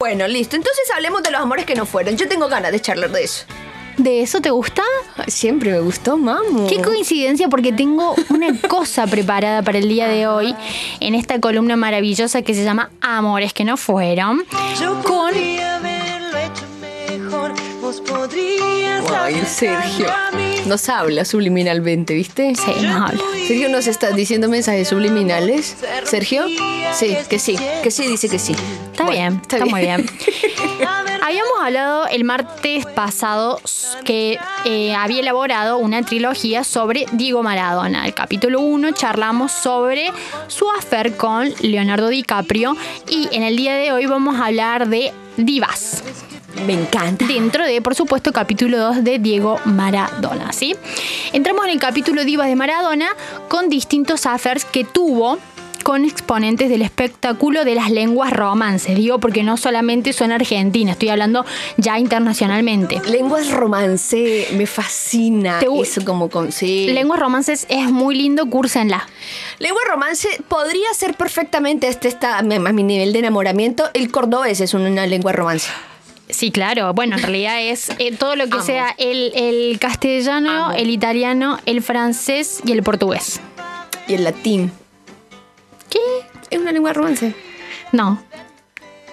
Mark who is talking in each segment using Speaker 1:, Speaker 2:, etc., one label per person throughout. Speaker 1: Bueno, listo. Entonces hablemos de los amores que no fueron. Yo tengo ganas de charlar de eso.
Speaker 2: ¿De eso te gusta?
Speaker 1: Siempre me gustó, mamu.
Speaker 2: Qué coincidencia porque tengo una cosa preparada para el día de hoy en esta columna maravillosa que se llama Amores que no fueron. Con-
Speaker 3: Yo podría haberlo hecho mejor. Vos podrías
Speaker 1: Ay, Sergio. Nos habla subliminalmente, ¿viste?
Speaker 2: Sí, nos habla.
Speaker 1: Sergio nos está diciendo mensajes subliminales. Sergio, sí, que sí, que sí, dice que sí.
Speaker 2: Está
Speaker 1: Bueno,
Speaker 2: bien, está, muy bien. Habíamos hablado el martes pasado s- que eh, había elaborado una trilogía sobre Diego Maradona. El capítulo 1 charlamos sobre su affair con Leonardo DiCaprio y en el día de hoy vamos a hablar de divas.
Speaker 1: Me encanta.
Speaker 2: Dentro de, por supuesto, capítulo 2 de Diego Maradona, ¿sí? Entramos en el capítulo Divas de Maradona con distintos affairs que tuvo con exponentes del espectáculo de las lenguas romances, digo, porque no solamente son argentinas, estoy hablando ya internacionalmente.
Speaker 1: Lenguas romance, me fascina.
Speaker 2: Te gu-
Speaker 1: eso como con. Sí.
Speaker 2: Lenguas romances es muy lindo, cursenla.
Speaker 1: Lengua romance podría ser perfectamente este está a mi a mi nivel de enamoramiento. El cordobés es una lengua romance.
Speaker 2: Sí, claro. Bueno, en realidad es eh, todo lo que
Speaker 1: Amo.
Speaker 2: sea el, el castellano,
Speaker 1: Amo.
Speaker 2: el italiano, el francés y el portugués.
Speaker 1: Y el latín
Speaker 2: ¿Qué?
Speaker 1: es una lengua romance.
Speaker 2: No,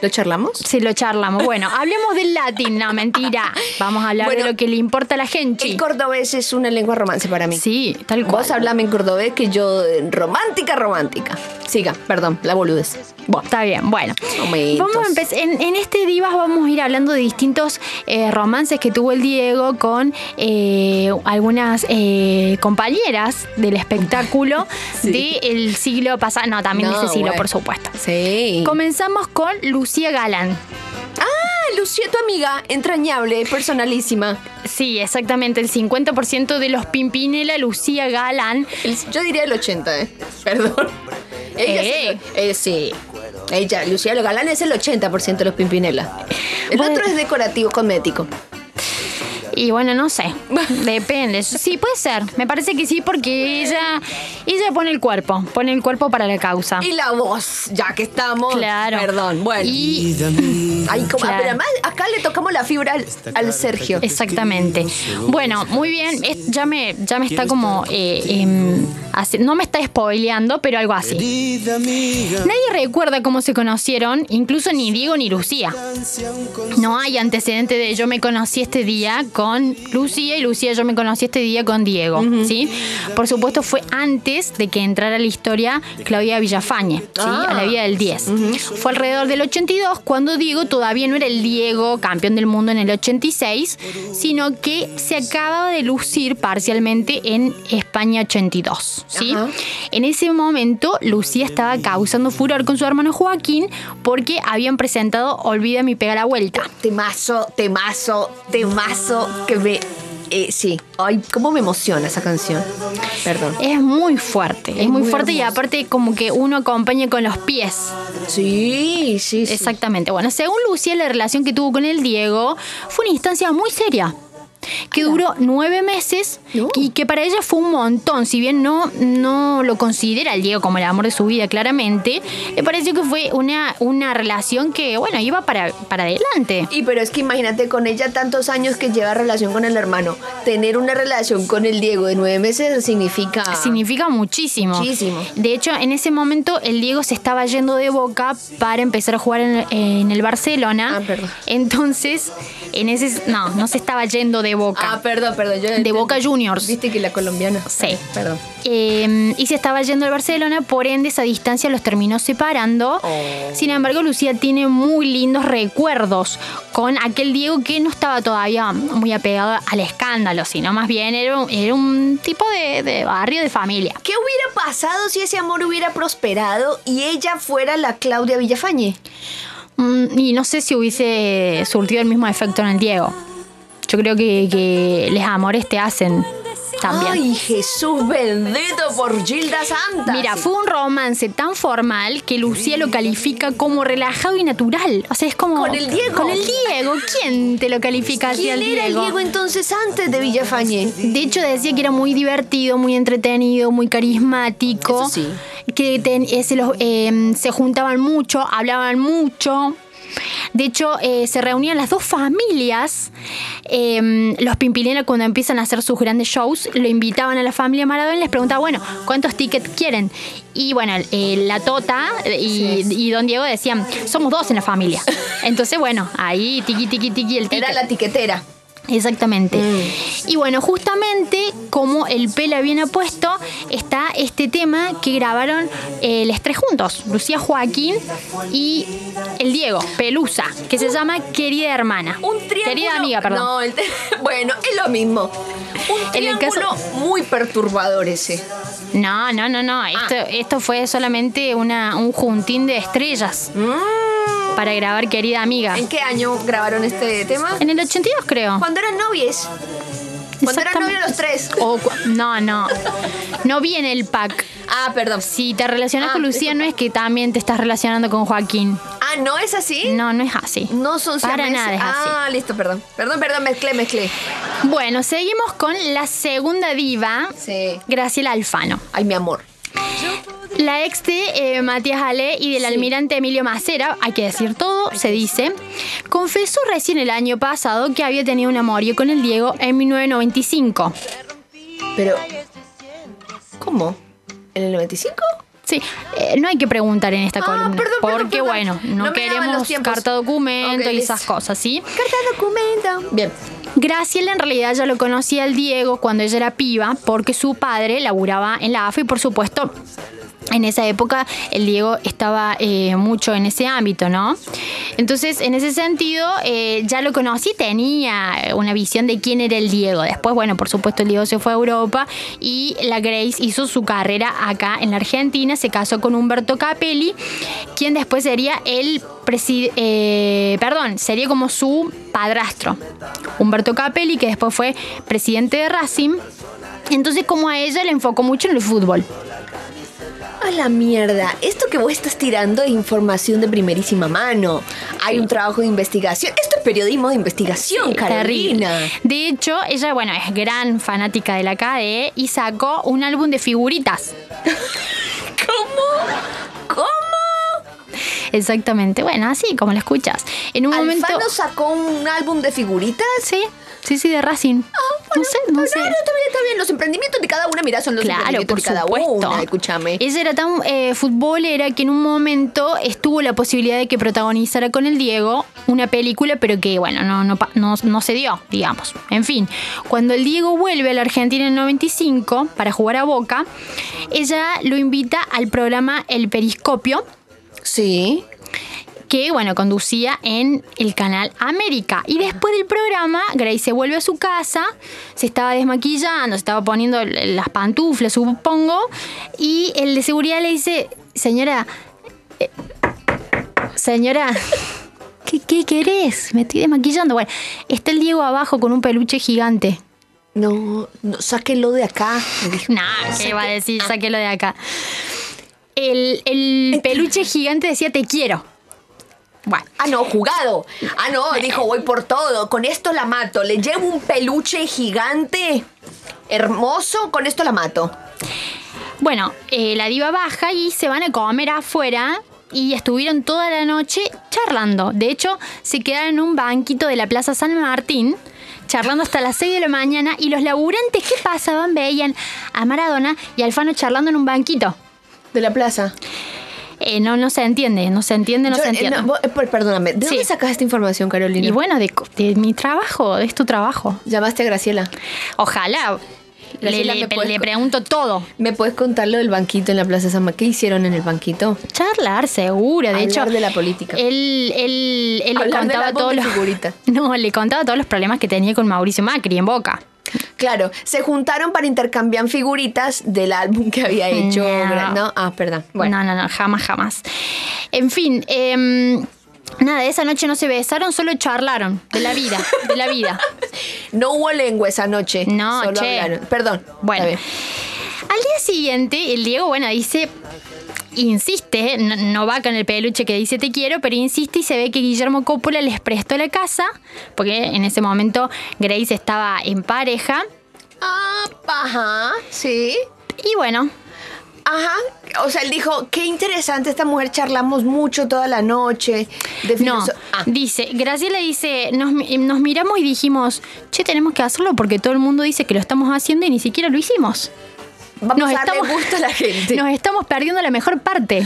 Speaker 1: ¿Lo charlamos?
Speaker 2: Si lo charlamos. Bueno, hablemos del latín. No, mentira. Vamos a hablar
Speaker 1: Bueno,
Speaker 2: de lo que le importa a la gente.
Speaker 1: El cordobés es una lengua romance para mí.
Speaker 2: Sí, tal cual.
Speaker 1: Vos hablame en cordobés que yo eh, romántica, romántica. Siga, perdón, la boludez. Bueno,
Speaker 2: Está bien, bueno.
Speaker 1: Momentos.
Speaker 2: Vamos a empezar. En, en este Divas vamos a ir hablando de distintos eh, romances que tuvo el Diego con eh, algunas eh, compañeras del espectáculo
Speaker 1: Sí.
Speaker 2: del siglo pasado. No, también
Speaker 1: No,
Speaker 2: de ese siglo,
Speaker 1: bueno.
Speaker 2: por supuesto.
Speaker 1: sí.
Speaker 2: Comenzamos con Lucía Galán.
Speaker 1: Ah, Lucía, tu amiga, entrañable, personalísima.
Speaker 2: Sí, exactamente. El 50% de los Pimpinela, Lucía Galán.
Speaker 1: El- yo diría el 80, ¿eh? Perdón. Ella
Speaker 2: Eh.
Speaker 1: es el- eh, sí. Ella, Lucía Lo Galán es el 80% de los Pimpinela. El
Speaker 2: Bueno.
Speaker 1: otro es decorativo, cosmético.
Speaker 2: Y bueno, no sé. Depende. Sí, puede ser. Me parece que sí, porque ella, ella pone el cuerpo. Pone el cuerpo para la causa.
Speaker 1: Y la voz, ya que estamos.
Speaker 2: Claro.
Speaker 1: Perdón, bueno.
Speaker 2: Y,
Speaker 1: Ay, como-
Speaker 2: Claro.
Speaker 1: pero además acá le tocamos la fibra al, al Sergio.
Speaker 2: exactamente. Bueno, muy bien. Es- ya, me, ya me está como. eh, em, hace- no me está spoileando, pero algo así. Nadie recuerda cómo se conocieron, incluso ni Diego ni Lucía. No hay antecedente de yo me conocí este día con Lucía y Lucía yo me conocí este día con Diego, ¿sí? Por supuesto fue antes de que entrara a la historia Claudia Villafañe, ¿sí?
Speaker 1: Ah.
Speaker 2: A la vida del 10. Fue alrededor del 82 cuando Diego todavía no era el Diego campeón del mundo en el 86, sino que se acababa de lucir parcialmente en España 82, ¿sí?
Speaker 1: Ajá.
Speaker 2: En ese momento, Lucía estaba causando furor con su hermano Joaquín porque habían presentado Olvida mi pega la vuelta.
Speaker 1: Temazo, temazo, temazo que me. eh, sí. Ay, cómo me emociona esa canción. Perdón.
Speaker 2: Es muy fuerte, es, muy,
Speaker 1: muy
Speaker 2: fuerte y
Speaker 1: hermoso.
Speaker 2: aparte como que uno acompaña con los pies.
Speaker 1: Sí, sí, sí.
Speaker 2: Exactamente. Bueno, según Lucía, la relación que tuvo con el Diego fue una instancia muy seria. Que duró nueve meses
Speaker 1: No.
Speaker 2: y que para ella fue un montón. Si bien no, no lo considera el Diego como el amor de su vida, claramente, le pareció que fue una, una relación que, bueno, iba para, para adelante.
Speaker 1: Y pero es que imagínate con ella tantos años que lleva relación con el hermano. Tener una relación con el Diego de nueve meses significa.
Speaker 2: Significa muchísimo.
Speaker 1: Ah. Muchísimo.
Speaker 2: De hecho, en ese momento el Diego se estaba yendo de Boca para empezar a jugar en, en el Barcelona.
Speaker 1: Ah, perdón.
Speaker 2: Entonces, en ese no, no se estaba yendo de Boca.
Speaker 1: Ah, perdón, perdón. yo-
Speaker 2: De Boca Juniors.
Speaker 1: Viste que la colombiana.
Speaker 2: Sí.
Speaker 1: Perdón.
Speaker 2: Eh, y se estaba yendo al Barcelona, por ende esa distancia los terminó separando.
Speaker 1: Oh.
Speaker 2: Sin embargo, Lucía tiene muy lindos recuerdos con aquel Diego que no estaba todavía muy apegado al escándalo, sino más bien era un, era un tipo de, de barrio de familia.
Speaker 1: ¿Qué hubiera pasado si ese amor hubiera prosperado y ella fuera la Claudia Villafañe?
Speaker 2: Mm, y no sé si hubiese surtido el mismo efecto en el Diego. Yo creo que, que les amores te hacen también.
Speaker 1: Ay, Jesús bendito por Gilda Santa.
Speaker 2: Mira, fue un romance tan formal que Lucía lo califica como relajado y natural. O sea, es como.
Speaker 1: Con el Diego.
Speaker 2: Con el Diego. ¿Quién te lo califica así
Speaker 1: ¿Quién
Speaker 2: al
Speaker 1: era el Diego entonces antes de Villafañe?
Speaker 2: De hecho, decía que era muy divertido, muy entretenido, muy carismático.
Speaker 1: Eso sí.
Speaker 2: em, Que ten- eh, se, los, eh, se juntaban mucho, hablaban mucho. De hecho, eh, se reunían las dos familias. eh, los Pimpinela, cuando empiezan a hacer sus grandes shows, lo invitaban a la familia Maradona y les preguntaba, bueno, ¿cuántos tickets quieren? Y bueno, eh, la Tota y, y Don Diego decían, somos dos en la familia. Entonces, bueno, ahí tiqui, tiqui, tiqui, el ticket.
Speaker 1: Era la tiquetera.
Speaker 2: Exactamente.
Speaker 1: Mm.
Speaker 2: Y bueno, justamente como el Pela bien apuesto, está este tema que grabaron eh, los tres juntos, Lucía Joaquín y el Diego, Pelusa, que se llama Querida Hermana.
Speaker 1: Un triángulo.
Speaker 2: Querida amiga, perdón.
Speaker 1: No, el te- bueno, es lo mismo. Un
Speaker 2: En el
Speaker 1: triángulo
Speaker 2: caso-
Speaker 1: muy perturbador ese.
Speaker 2: No, no, no,
Speaker 1: Ah.
Speaker 2: no. Esto, esto fue solamente una, un juntín de estrellas
Speaker 1: Mm.
Speaker 2: para grabar Querida Amiga.
Speaker 1: ¿En qué año grabaron este tema?
Speaker 2: En el 82 creo.
Speaker 1: Cuando eran novies. Cuando eran
Speaker 2: Exactamente.
Speaker 1: novios los tres.
Speaker 2: O cu- no, no. No viene el pack.
Speaker 1: Ah, perdón.
Speaker 2: Si te relacionas
Speaker 1: Ah,
Speaker 2: con Lucía, no es que también te estás relacionando con Joaquín.
Speaker 1: Ah, ¿no es así?
Speaker 2: No, no es así.
Speaker 1: No son
Speaker 2: Para
Speaker 1: siameses.
Speaker 2: nada es así.
Speaker 1: Ah, listo, perdón. Perdón, perdón, mezclé, mezclé.
Speaker 2: Bueno, seguimos con la segunda diva,
Speaker 1: Sí.
Speaker 2: Graciela Alfano.
Speaker 1: Ay, mi amor.
Speaker 2: La ex de eh, Matías Ale y del
Speaker 1: Sí.
Speaker 2: almirante Emilio Macera, hay que decir todo, se dice, confesó recién el año pasado que había tenido un amorío con el Diego en 1995.
Speaker 1: Pero. ¿Cómo? ¿En el 95?
Speaker 2: Sí, eh, no hay que preguntar en esta
Speaker 1: Ah,
Speaker 2: columna.
Speaker 1: perdón, perdón,
Speaker 2: porque,
Speaker 1: perdón.
Speaker 2: bueno, no,
Speaker 1: No me daban los
Speaker 2: queremos
Speaker 1: tiempos.
Speaker 2: carta documento
Speaker 1: Ok,
Speaker 2: y esas
Speaker 1: listo.
Speaker 2: cosas, ¿sí?
Speaker 1: Carta documento. Bien.
Speaker 2: Graciela en realidad ya lo conocía al Diego cuando ella era piba, porque su padre laburaba en la AFA y por supuesto en esa época el Diego estaba eh, mucho en ese ámbito, ¿no? Entonces, en ese sentido, eh, ya lo conocí, tenía una visión de quién era el Diego. Después, bueno, por supuesto, el Diego se fue a Europa y la Grace hizo su carrera acá en la Argentina, se casó con Humberto Capelli, quien después sería el presi- eh, perdón, sería como su padrastro, Humberto Capelli, que después fue presidente de Racing. Entonces, como a ella le enfocó mucho en el fútbol.
Speaker 1: A la mierda. Esto que vos estás tirando es información de primerísima mano. Hay un trabajo de investigación. Esto es periodismo de investigación,
Speaker 2: Terrible.
Speaker 1: Carolina.
Speaker 2: De hecho, ella, bueno, es gran fanática de la KDE y sacó un álbum de figuritas.
Speaker 1: ¿Cómo? ¿Cómo?
Speaker 2: Exactamente. Bueno, así como lo escuchas. En un
Speaker 1: ¿Alfano
Speaker 2: momento.
Speaker 1: sacó un álbum de figuritas?
Speaker 2: Sí, sí, sí, de Racing.
Speaker 1: Ah,
Speaker 2: no sé, no
Speaker 1: Pero
Speaker 2: sé.
Speaker 1: claro, está bien, está bien. Los emprendimientos de cada una, mirá, son los
Speaker 2: Claro,
Speaker 1: emprendimientos
Speaker 2: por
Speaker 1: de cada
Speaker 2: supuesto.
Speaker 1: una. Escúchame.
Speaker 2: Ella era tan eh, futbolera que en un momento estuvo la posibilidad de que protagonizara con el Diego una película, pero que, bueno, no, no, pa- no, no se dio, digamos. En fin, cuando el Diego vuelve a la Argentina en el 95 para jugar a Boca, ella lo invita al programa El Periscopio,
Speaker 1: Sí.
Speaker 2: que bueno, conducía en el canal América. Y después del programa, Grace se vuelve a su casa, se estaba desmaquillando, se estaba poniendo l- las pantuflas, supongo, y el de seguridad le dice, señora, eh, señora, ¿qué, ¿qué querés? Me estoy desmaquillando. Bueno, está el Diego abajo con un peluche gigante.
Speaker 1: No, no, sáquenlo de acá. me dijo.
Speaker 2: Nah, ¿qué va a decir? Sáquelo de acá. El, el peluche gigante decía, te quiero. Bueno.
Speaker 1: Ah, no, jugado. Ah, no, dijo, voy por todo. Con esto la mato. Le llevo un peluche gigante, hermoso. Con esto la mato.
Speaker 2: Bueno, eh, la diva baja y se van a comer afuera y estuvieron toda la noche charlando. De hecho, se quedaron en un banquito de la Plaza San Martín charlando hasta las 6 de la mañana y los laburantes que pasaban veían a Maradona y a Alfano charlando en un banquito.
Speaker 1: De la plaza.
Speaker 2: Eh, no, no se entiende, no se entiende, no
Speaker 1: Yo,
Speaker 2: se
Speaker 1: eh,
Speaker 2: entiende.
Speaker 1: no, vos, eh, per- perdóname, ¿de
Speaker 2: Sí.
Speaker 1: dónde sacas esta información, Carolina?
Speaker 2: y bueno, de, co- de mi trabajo, es tu trabajo.
Speaker 1: Llamaste a Graciela.
Speaker 2: Ojalá. Le-
Speaker 1: Graciela,
Speaker 2: le-
Speaker 1: ¿me puedes
Speaker 2: le
Speaker 1: co-
Speaker 2: pregunto todo.
Speaker 1: ¿Me puedes contar lo del banquito en la Plaza San Martín? ¿Qué hicieron en el banquito?
Speaker 2: Charlar, seguro. De
Speaker 1: Hablar
Speaker 2: hecho, eh,
Speaker 1: de la política.
Speaker 2: Él, él- él le
Speaker 1: Hablar del
Speaker 2: contaba
Speaker 1: álbum
Speaker 2: todos
Speaker 1: de
Speaker 2: los
Speaker 1: figuritas.
Speaker 2: No, le contaba todos los problemas que tenía con Mauricio Macri en Boca.
Speaker 1: Claro, se juntaron para intercambiar figuritas del álbum que había hecho.
Speaker 2: No.
Speaker 1: Gra- No, ah, perdón. Bueno,
Speaker 2: No, no, no, jamás, jamás. En fin, em, nada, esa noche no se besaron, solo charlaron de la vida, de la vida.
Speaker 1: no hubo lengua esa noche.
Speaker 2: No,
Speaker 1: solo
Speaker 2: che.
Speaker 1: hablaron. Perdón.
Speaker 2: Bueno,
Speaker 1: está
Speaker 2: al
Speaker 1: bien.
Speaker 2: día siguiente, el Diego, bueno, dice, insiste, ¿eh? no, no va con el peluche que dice te quiero, pero insiste y se ve que Guillermo Coppola les prestó la casa, porque en ese momento Grace estaba en pareja.
Speaker 1: Ah, paja, sí.
Speaker 2: Y bueno,
Speaker 1: Ajá. O sea, él dijo, qué interesante esta mujer, charlamos mucho toda la noche. de
Speaker 2: No,
Speaker 1: filoso- Ah,
Speaker 2: dice, Graciela dice, nos, mi- nos miramos y dijimos, che, tenemos que hacerlo porque todo el mundo dice que lo estamos haciendo y ni siquiera lo hicimos.
Speaker 1: vamos a darle gusto a la gente.
Speaker 2: Nos estamos perdiendo la mejor parte.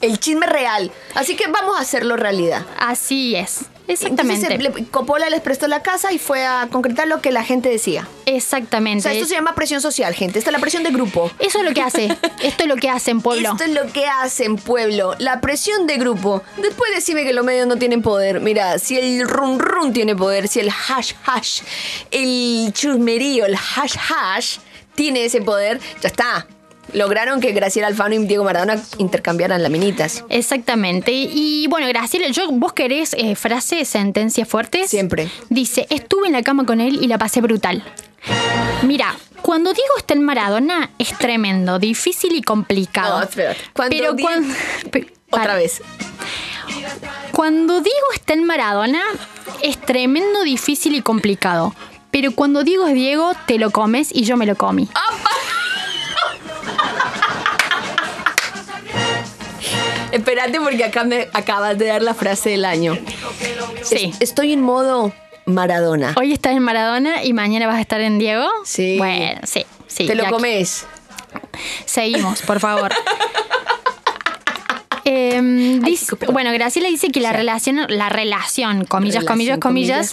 Speaker 1: El chisme real. Así que vamos a hacerlo realidad.
Speaker 2: Así es. Exactamente.
Speaker 1: Entonces, le- Coppola les prestó la casa y fue a concretar lo que la gente decía. O
Speaker 2: Exactamente.
Speaker 1: sea, esto se llama presión social, gente. Esta es la presión de grupo.
Speaker 2: Eso es lo que hace. Esto es lo que hace en pueblo.
Speaker 1: Esto es lo que hacen, pueblo. La presión de grupo. Después decime que los medios no tienen poder. Mira, si el run run tiene poder, si el hash hash, el chusmerío, el hash hash, tiene ese poder, ya está. Lograron que Graciela Alfano y Diego Maradona intercambiaran laminitas.
Speaker 2: Exactamente. Y, y, bueno, Graciela, yo, vos querés eh, frases, sentencias fuertes.
Speaker 1: Siempre.
Speaker 2: Dice, estuve en la cama con él y la pasé brutal. Mira, cuando Diego está en Maradona es tremendo, difícil y complicado.
Speaker 1: No, espera. Cuando
Speaker 2: Pero
Speaker 1: Diego-
Speaker 2: cuando...
Speaker 1: Otra vez.
Speaker 2: Cuando Diego está en Maradona es tremendo, difícil y complicado. Pero cuando Diego es Diego, te lo comes y yo me lo comí.
Speaker 1: Ah, Espérate porque acá me acabas de dar la frase del año.
Speaker 2: Sí.
Speaker 1: Es- Estoy en modo Maradona.
Speaker 2: Hoy estás en Maradona y mañana vas a estar en Diego.
Speaker 1: Sí.
Speaker 2: Bueno, sí, sí.
Speaker 1: Te
Speaker 2: y
Speaker 1: lo
Speaker 2: aquí-
Speaker 1: comes.
Speaker 2: Seguimos, por favor. Em, dice-
Speaker 1: chico, perdón.
Speaker 2: bueno, Graciela dice que la relación, la relación, comillas,
Speaker 1: Relación,
Speaker 2: comillas, comillas,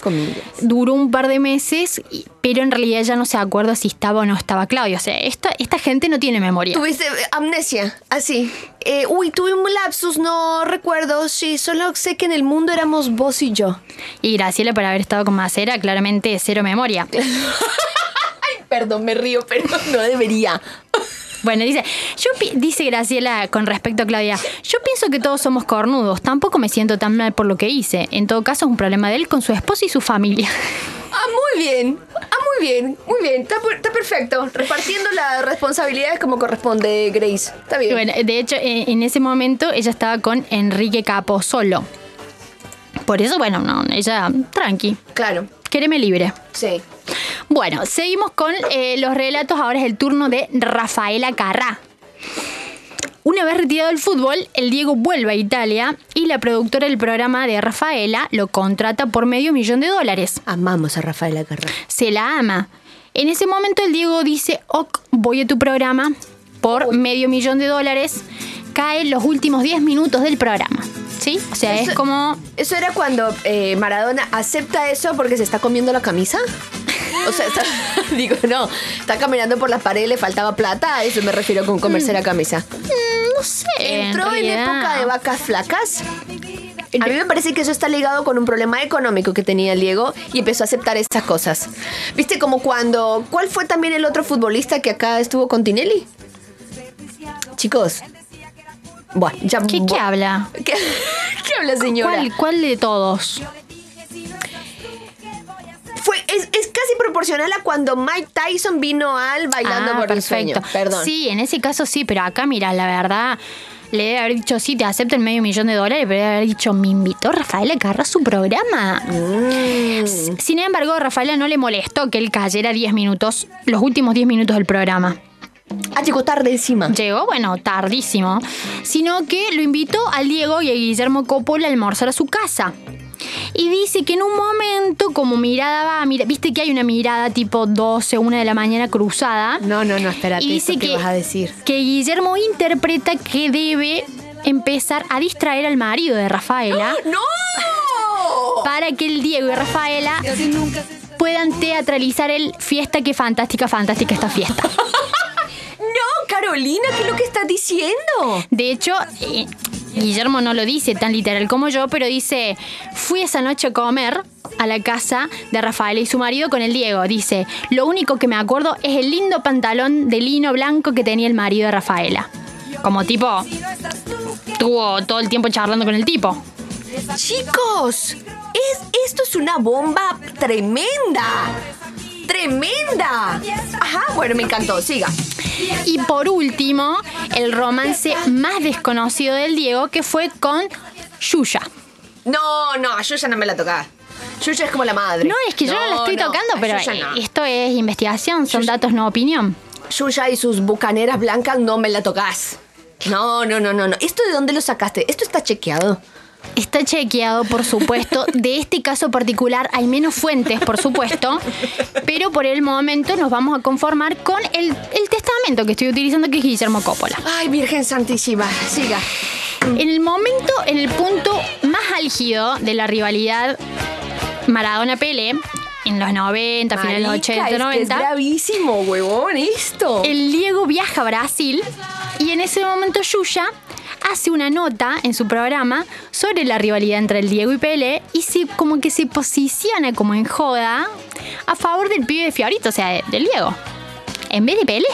Speaker 1: comillas, comillas.
Speaker 2: duró un par de meses, y- pero en realidad ya no se acuerda si estaba o no estaba Claudio. O sea, esta, esta gente no tiene memoria.
Speaker 1: Tuviste eh, amnesia, así. Eh, uy, tuve un lapsus, no recuerdo. Sí, solo sé que en el mundo éramos vos y yo.
Speaker 2: Y Graciela, por haber estado con Macera, claramente cero memoria.
Speaker 1: Perdón, me río, pero no debería.
Speaker 2: Bueno, dice, yo pi- dice Graciela con respecto a Claudia, yo pienso que todos somos cornudos, tampoco me siento tan mal por lo que hice. En todo caso, es un problema de él con su esposa y su familia.
Speaker 1: Ah, muy bien. Ah, muy bien. Muy bien. Está, per- está perfecto. Repartiendo las responsabilidades como corresponde, Grace. Está
Speaker 2: Y
Speaker 1: bien.
Speaker 2: bueno, de hecho, e, en en ese momento ella estaba con Enrique Capo solo. Por eso, bueno, no, ella, tranqui,
Speaker 1: Claro.
Speaker 2: quéreme libre.
Speaker 1: Sí.
Speaker 2: Bueno, seguimos con eh, los relatos. Ahora es el turno de Rafaela Carrá. Una vez retirado del fútbol, el Diego vuelve a Italia y la productora del programa de Rafaela lo contrata por medio millón de dólares.
Speaker 1: Amamos a Rafaela Carrá.
Speaker 2: Se la ama. En ese momento el Diego dice, ok, voy a tu programa por medio millón de dólares. Caen los últimos 10 minutos del programa. ¿Sí? O sea, es
Speaker 1: Eso-
Speaker 2: como... mm,
Speaker 1: Eso era cuando eh, Maradona acepta eso porque se está comiendo la camisa. O sea, está- digo, no, está caminando por la pared, le faltaba plata, a eso me refiero con comerse la camisa.
Speaker 2: No sé.
Speaker 1: Entró en
Speaker 2: realidad.
Speaker 1: época de vacas flacas. A mí me parece que eso está ligado con un problema económico que tenía el Diego y empezó a aceptar estas cosas. Viste como cuando, ¿cuál fue también el otro futbolista que acá estuvo con Tinelli? Chicos, bueno, ya
Speaker 2: ¿Qué, qué habla?
Speaker 1: ¿Qué, qué habla señora?
Speaker 2: ¿Cuál, ¿Cuál de todos?
Speaker 1: Fue, es, es casi proporcional a cuando Mike Tyson vino al bailando
Speaker 2: Ah,
Speaker 1: por
Speaker 2: perfecto.
Speaker 1: el sueño. Perdón.
Speaker 2: Sí, en ese caso sí, pero acá, mira, la verdad, le debe haber dicho, sí, te acepto el medio millón de dólares, pero debe haber dicho, me invitó Rafaela Carrá a su programa.
Speaker 1: Mm.
Speaker 2: S- Sin embargo, a Rafaela no le molestó que él cayera 10 minutos, los últimos 10 minutos del programa.
Speaker 1: Ah, llegó tarde encima.
Speaker 2: Llegó, bueno, tardísimo, sino que lo invitó al Diego y a Guillermo Coppola a almorzar a su casa. Y dice que en un momento, como mirada va, mira, viste que hay una mirada tipo 12, 1 de la mañana cruzada.
Speaker 1: No, no, no, espérate.
Speaker 2: Y
Speaker 1: ¿esto
Speaker 2: dice
Speaker 1: qué
Speaker 2: que,
Speaker 1: vas a decir?
Speaker 2: que Guillermo interpreta que debe empezar a distraer al marido de Rafaela
Speaker 1: ¡No!
Speaker 2: para que el Diego y Rafaela puedan teatralizar el fiesta que fantástica, fantástica esta fiesta.
Speaker 1: ¡No, Carolina! ¿Qué es lo que estás diciendo?
Speaker 2: De hecho, eh, Guillermo no lo dice tan literal como yo, pero dice, fui esa noche a comer a la casa de Rafaela y su marido con el Diego. Dice, lo único que me acuerdo es el lindo pantalón de lino blanco que tenía el marido de Rafaela. Como tipo, tuvo todo el tiempo charlando con el tipo.
Speaker 1: Chicos, es, esto es una bomba tremenda. ¡Tremenda! Ajá, bueno, me encantó. Siga.
Speaker 2: Y por último, el romance más desconocido del Diego, que fue con Yuya.
Speaker 1: No, no, yo ya no me la tocaba. Yo ya es como la madre.
Speaker 2: No, es que yo no la estoy
Speaker 1: no,
Speaker 2: tocando,
Speaker 1: a
Speaker 2: pero
Speaker 1: Xuxa
Speaker 2: eh,
Speaker 1: no.
Speaker 2: esto es investigación, son datos, no opinión.
Speaker 1: Yuya y sus bucaneras blancas no me la tocas. No, no, no, no, no. ¿Esto de dónde lo sacaste? Esto está chequeado.
Speaker 2: Está chequeado, por supuesto. De este caso particular hay menos fuentes, por supuesto. Pero por el momento nos vamos a conformar con el, el testamento que estoy utilizando, que es Guillermo Coppola.
Speaker 1: Ay, Virgen Santísima, siga.
Speaker 2: En el momento, en el punto más álgido de la rivalidad Maradona-Pele, en los 90, finales de los
Speaker 1: Marica,
Speaker 2: 80,
Speaker 1: es que es
Speaker 2: 90.
Speaker 1: gravísimo, huevón, esto.
Speaker 2: El Diego viaja a Brasil y en ese momento Yuya hace una nota en su programa sobre la rivalidad entre el Diego y Pelé y se, como que se posiciona como en joda a favor del pibe de Fiorito, o sea, de- del Diego. En vez de Pelé.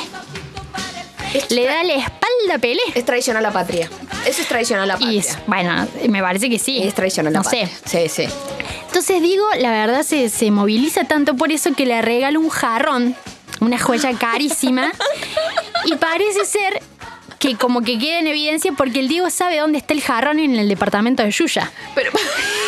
Speaker 2: Le da la espalda a Pelé.
Speaker 1: Es traición a la patria. Eso es traición a la patria.
Speaker 2: Y es- bueno, me parece que sí.
Speaker 1: Es traición a la
Speaker 2: No
Speaker 1: patria.
Speaker 2: sé.
Speaker 1: Sí, sí.
Speaker 2: Entonces digo, la verdad se, se moviliza tanto por eso que le regala un jarrón, una joya carísima. y parece ser que como que queda en evidencia porque el Diego sabe dónde está el jarrón en el departamento de Yuya.
Speaker 1: Pero.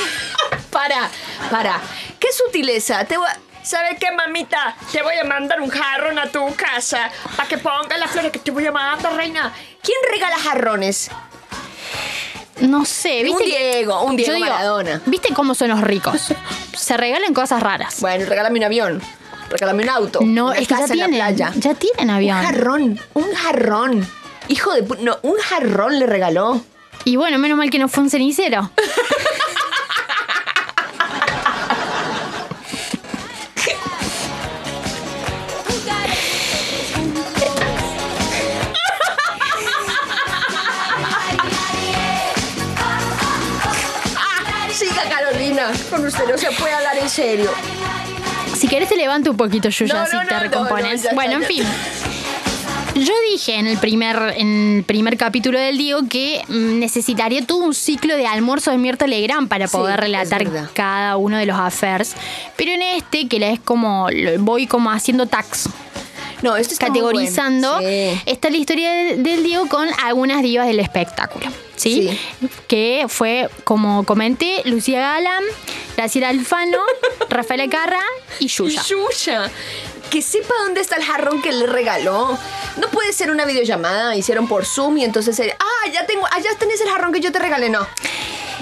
Speaker 1: para, para. Qué sutileza. Te voy a-
Speaker 4: ¿Sabes qué, mamita? Te voy a mandar un jarrón a tu casa para que ponga las flores que te voy a mandar, reina.
Speaker 1: ¿Quién regala jarrones?
Speaker 2: No sé, ¿viste?
Speaker 1: un
Speaker 2: que-
Speaker 1: Diego, un Diego
Speaker 2: Yo digo,
Speaker 1: Maradona.
Speaker 2: ¿Viste cómo son los ricos? Se regalan cosas raras.
Speaker 1: Bueno, regálame un avión. Regálame un auto.
Speaker 2: no,
Speaker 1: una
Speaker 2: es que ya
Speaker 1: casa en la
Speaker 2: tienen,
Speaker 1: playa.
Speaker 2: ya tienen
Speaker 1: Un
Speaker 2: avión.
Speaker 1: jarrón, un jarrón. Hijo de pu- no, un jarrón le regaló.
Speaker 2: Y bueno, menos mal que no fue un cenicero.
Speaker 1: Siga Carolina, con usted no se puede hablar en serio.
Speaker 2: Si querés te levanto un poquito, Yuya,
Speaker 1: No,
Speaker 2: si
Speaker 1: no,
Speaker 2: te
Speaker 1: no, no,
Speaker 2: recompones.
Speaker 1: no, ya,
Speaker 2: bueno,
Speaker 1: ya,
Speaker 2: en
Speaker 1: ya.
Speaker 2: fin. Yo dije en el primer, en el primer capítulo del Diego que mm, necesitaría todo un ciclo de almuerzo de Mirta Legrand para
Speaker 1: Sí,
Speaker 2: poder
Speaker 1: es
Speaker 2: relatar
Speaker 1: verdad.
Speaker 2: cada uno de los affairs. Pero en este, que la es como, lo- voy como haciendo tax,
Speaker 1: No, esto está muy Ah, bueno.
Speaker 2: categorizando,
Speaker 1: Sí.
Speaker 2: está la historia del, del Diego con algunas divas del espectáculo. ¿sí? Que fue, como comenté, Lucía Galán, Graciela Alfano, Rafaela Carra y Yuya.
Speaker 1: Yuya. Que sepa dónde está el jarrón que le regaló. No puede ser una videollamada, hicieron por Zoom y entonces, eh, ah, ya tengo, allá tenés el jarrón que yo te regalé, no.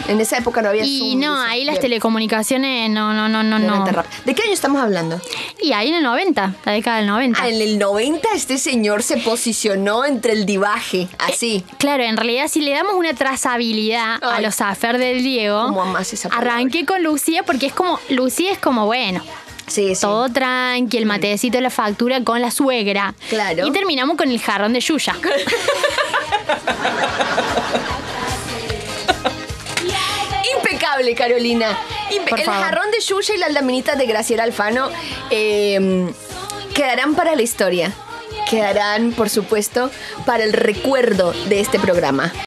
Speaker 1: En esa época no había
Speaker 2: Y
Speaker 1: Zoom,
Speaker 2: no,
Speaker 1: dice.
Speaker 2: ahí las
Speaker 1: Bien,
Speaker 2: telecomunicaciones, no, no, no, no,
Speaker 1: no era tan
Speaker 2: no.
Speaker 1: rápido. ¿De qué año estamos hablando?
Speaker 2: Y ahí en el 90, la década del 90.
Speaker 1: Ah, en el 90 este señor se posicionó entre el divaje, así.
Speaker 2: Claro, en realidad si le damos una trazabilidad a
Speaker 1: Ay.
Speaker 2: los afer del Diego,
Speaker 1: Cómo amás esa palabra.
Speaker 2: arranqué con Lucía porque es como, Lucía es como, bueno,
Speaker 1: Sí, sí.
Speaker 2: todo tranqui, el matecito, la factura con la suegra.
Speaker 1: Claro.
Speaker 2: Y terminamos con el jarrón de Yuya.
Speaker 1: Impecable, Carolina. Impe-
Speaker 2: Por
Speaker 1: el
Speaker 2: favor.
Speaker 1: jarrón de Yuya y las laminitas de Graciela Alfano eh, quedarán para la historia. Quedarán, por supuesto, para el recuerdo de este programa.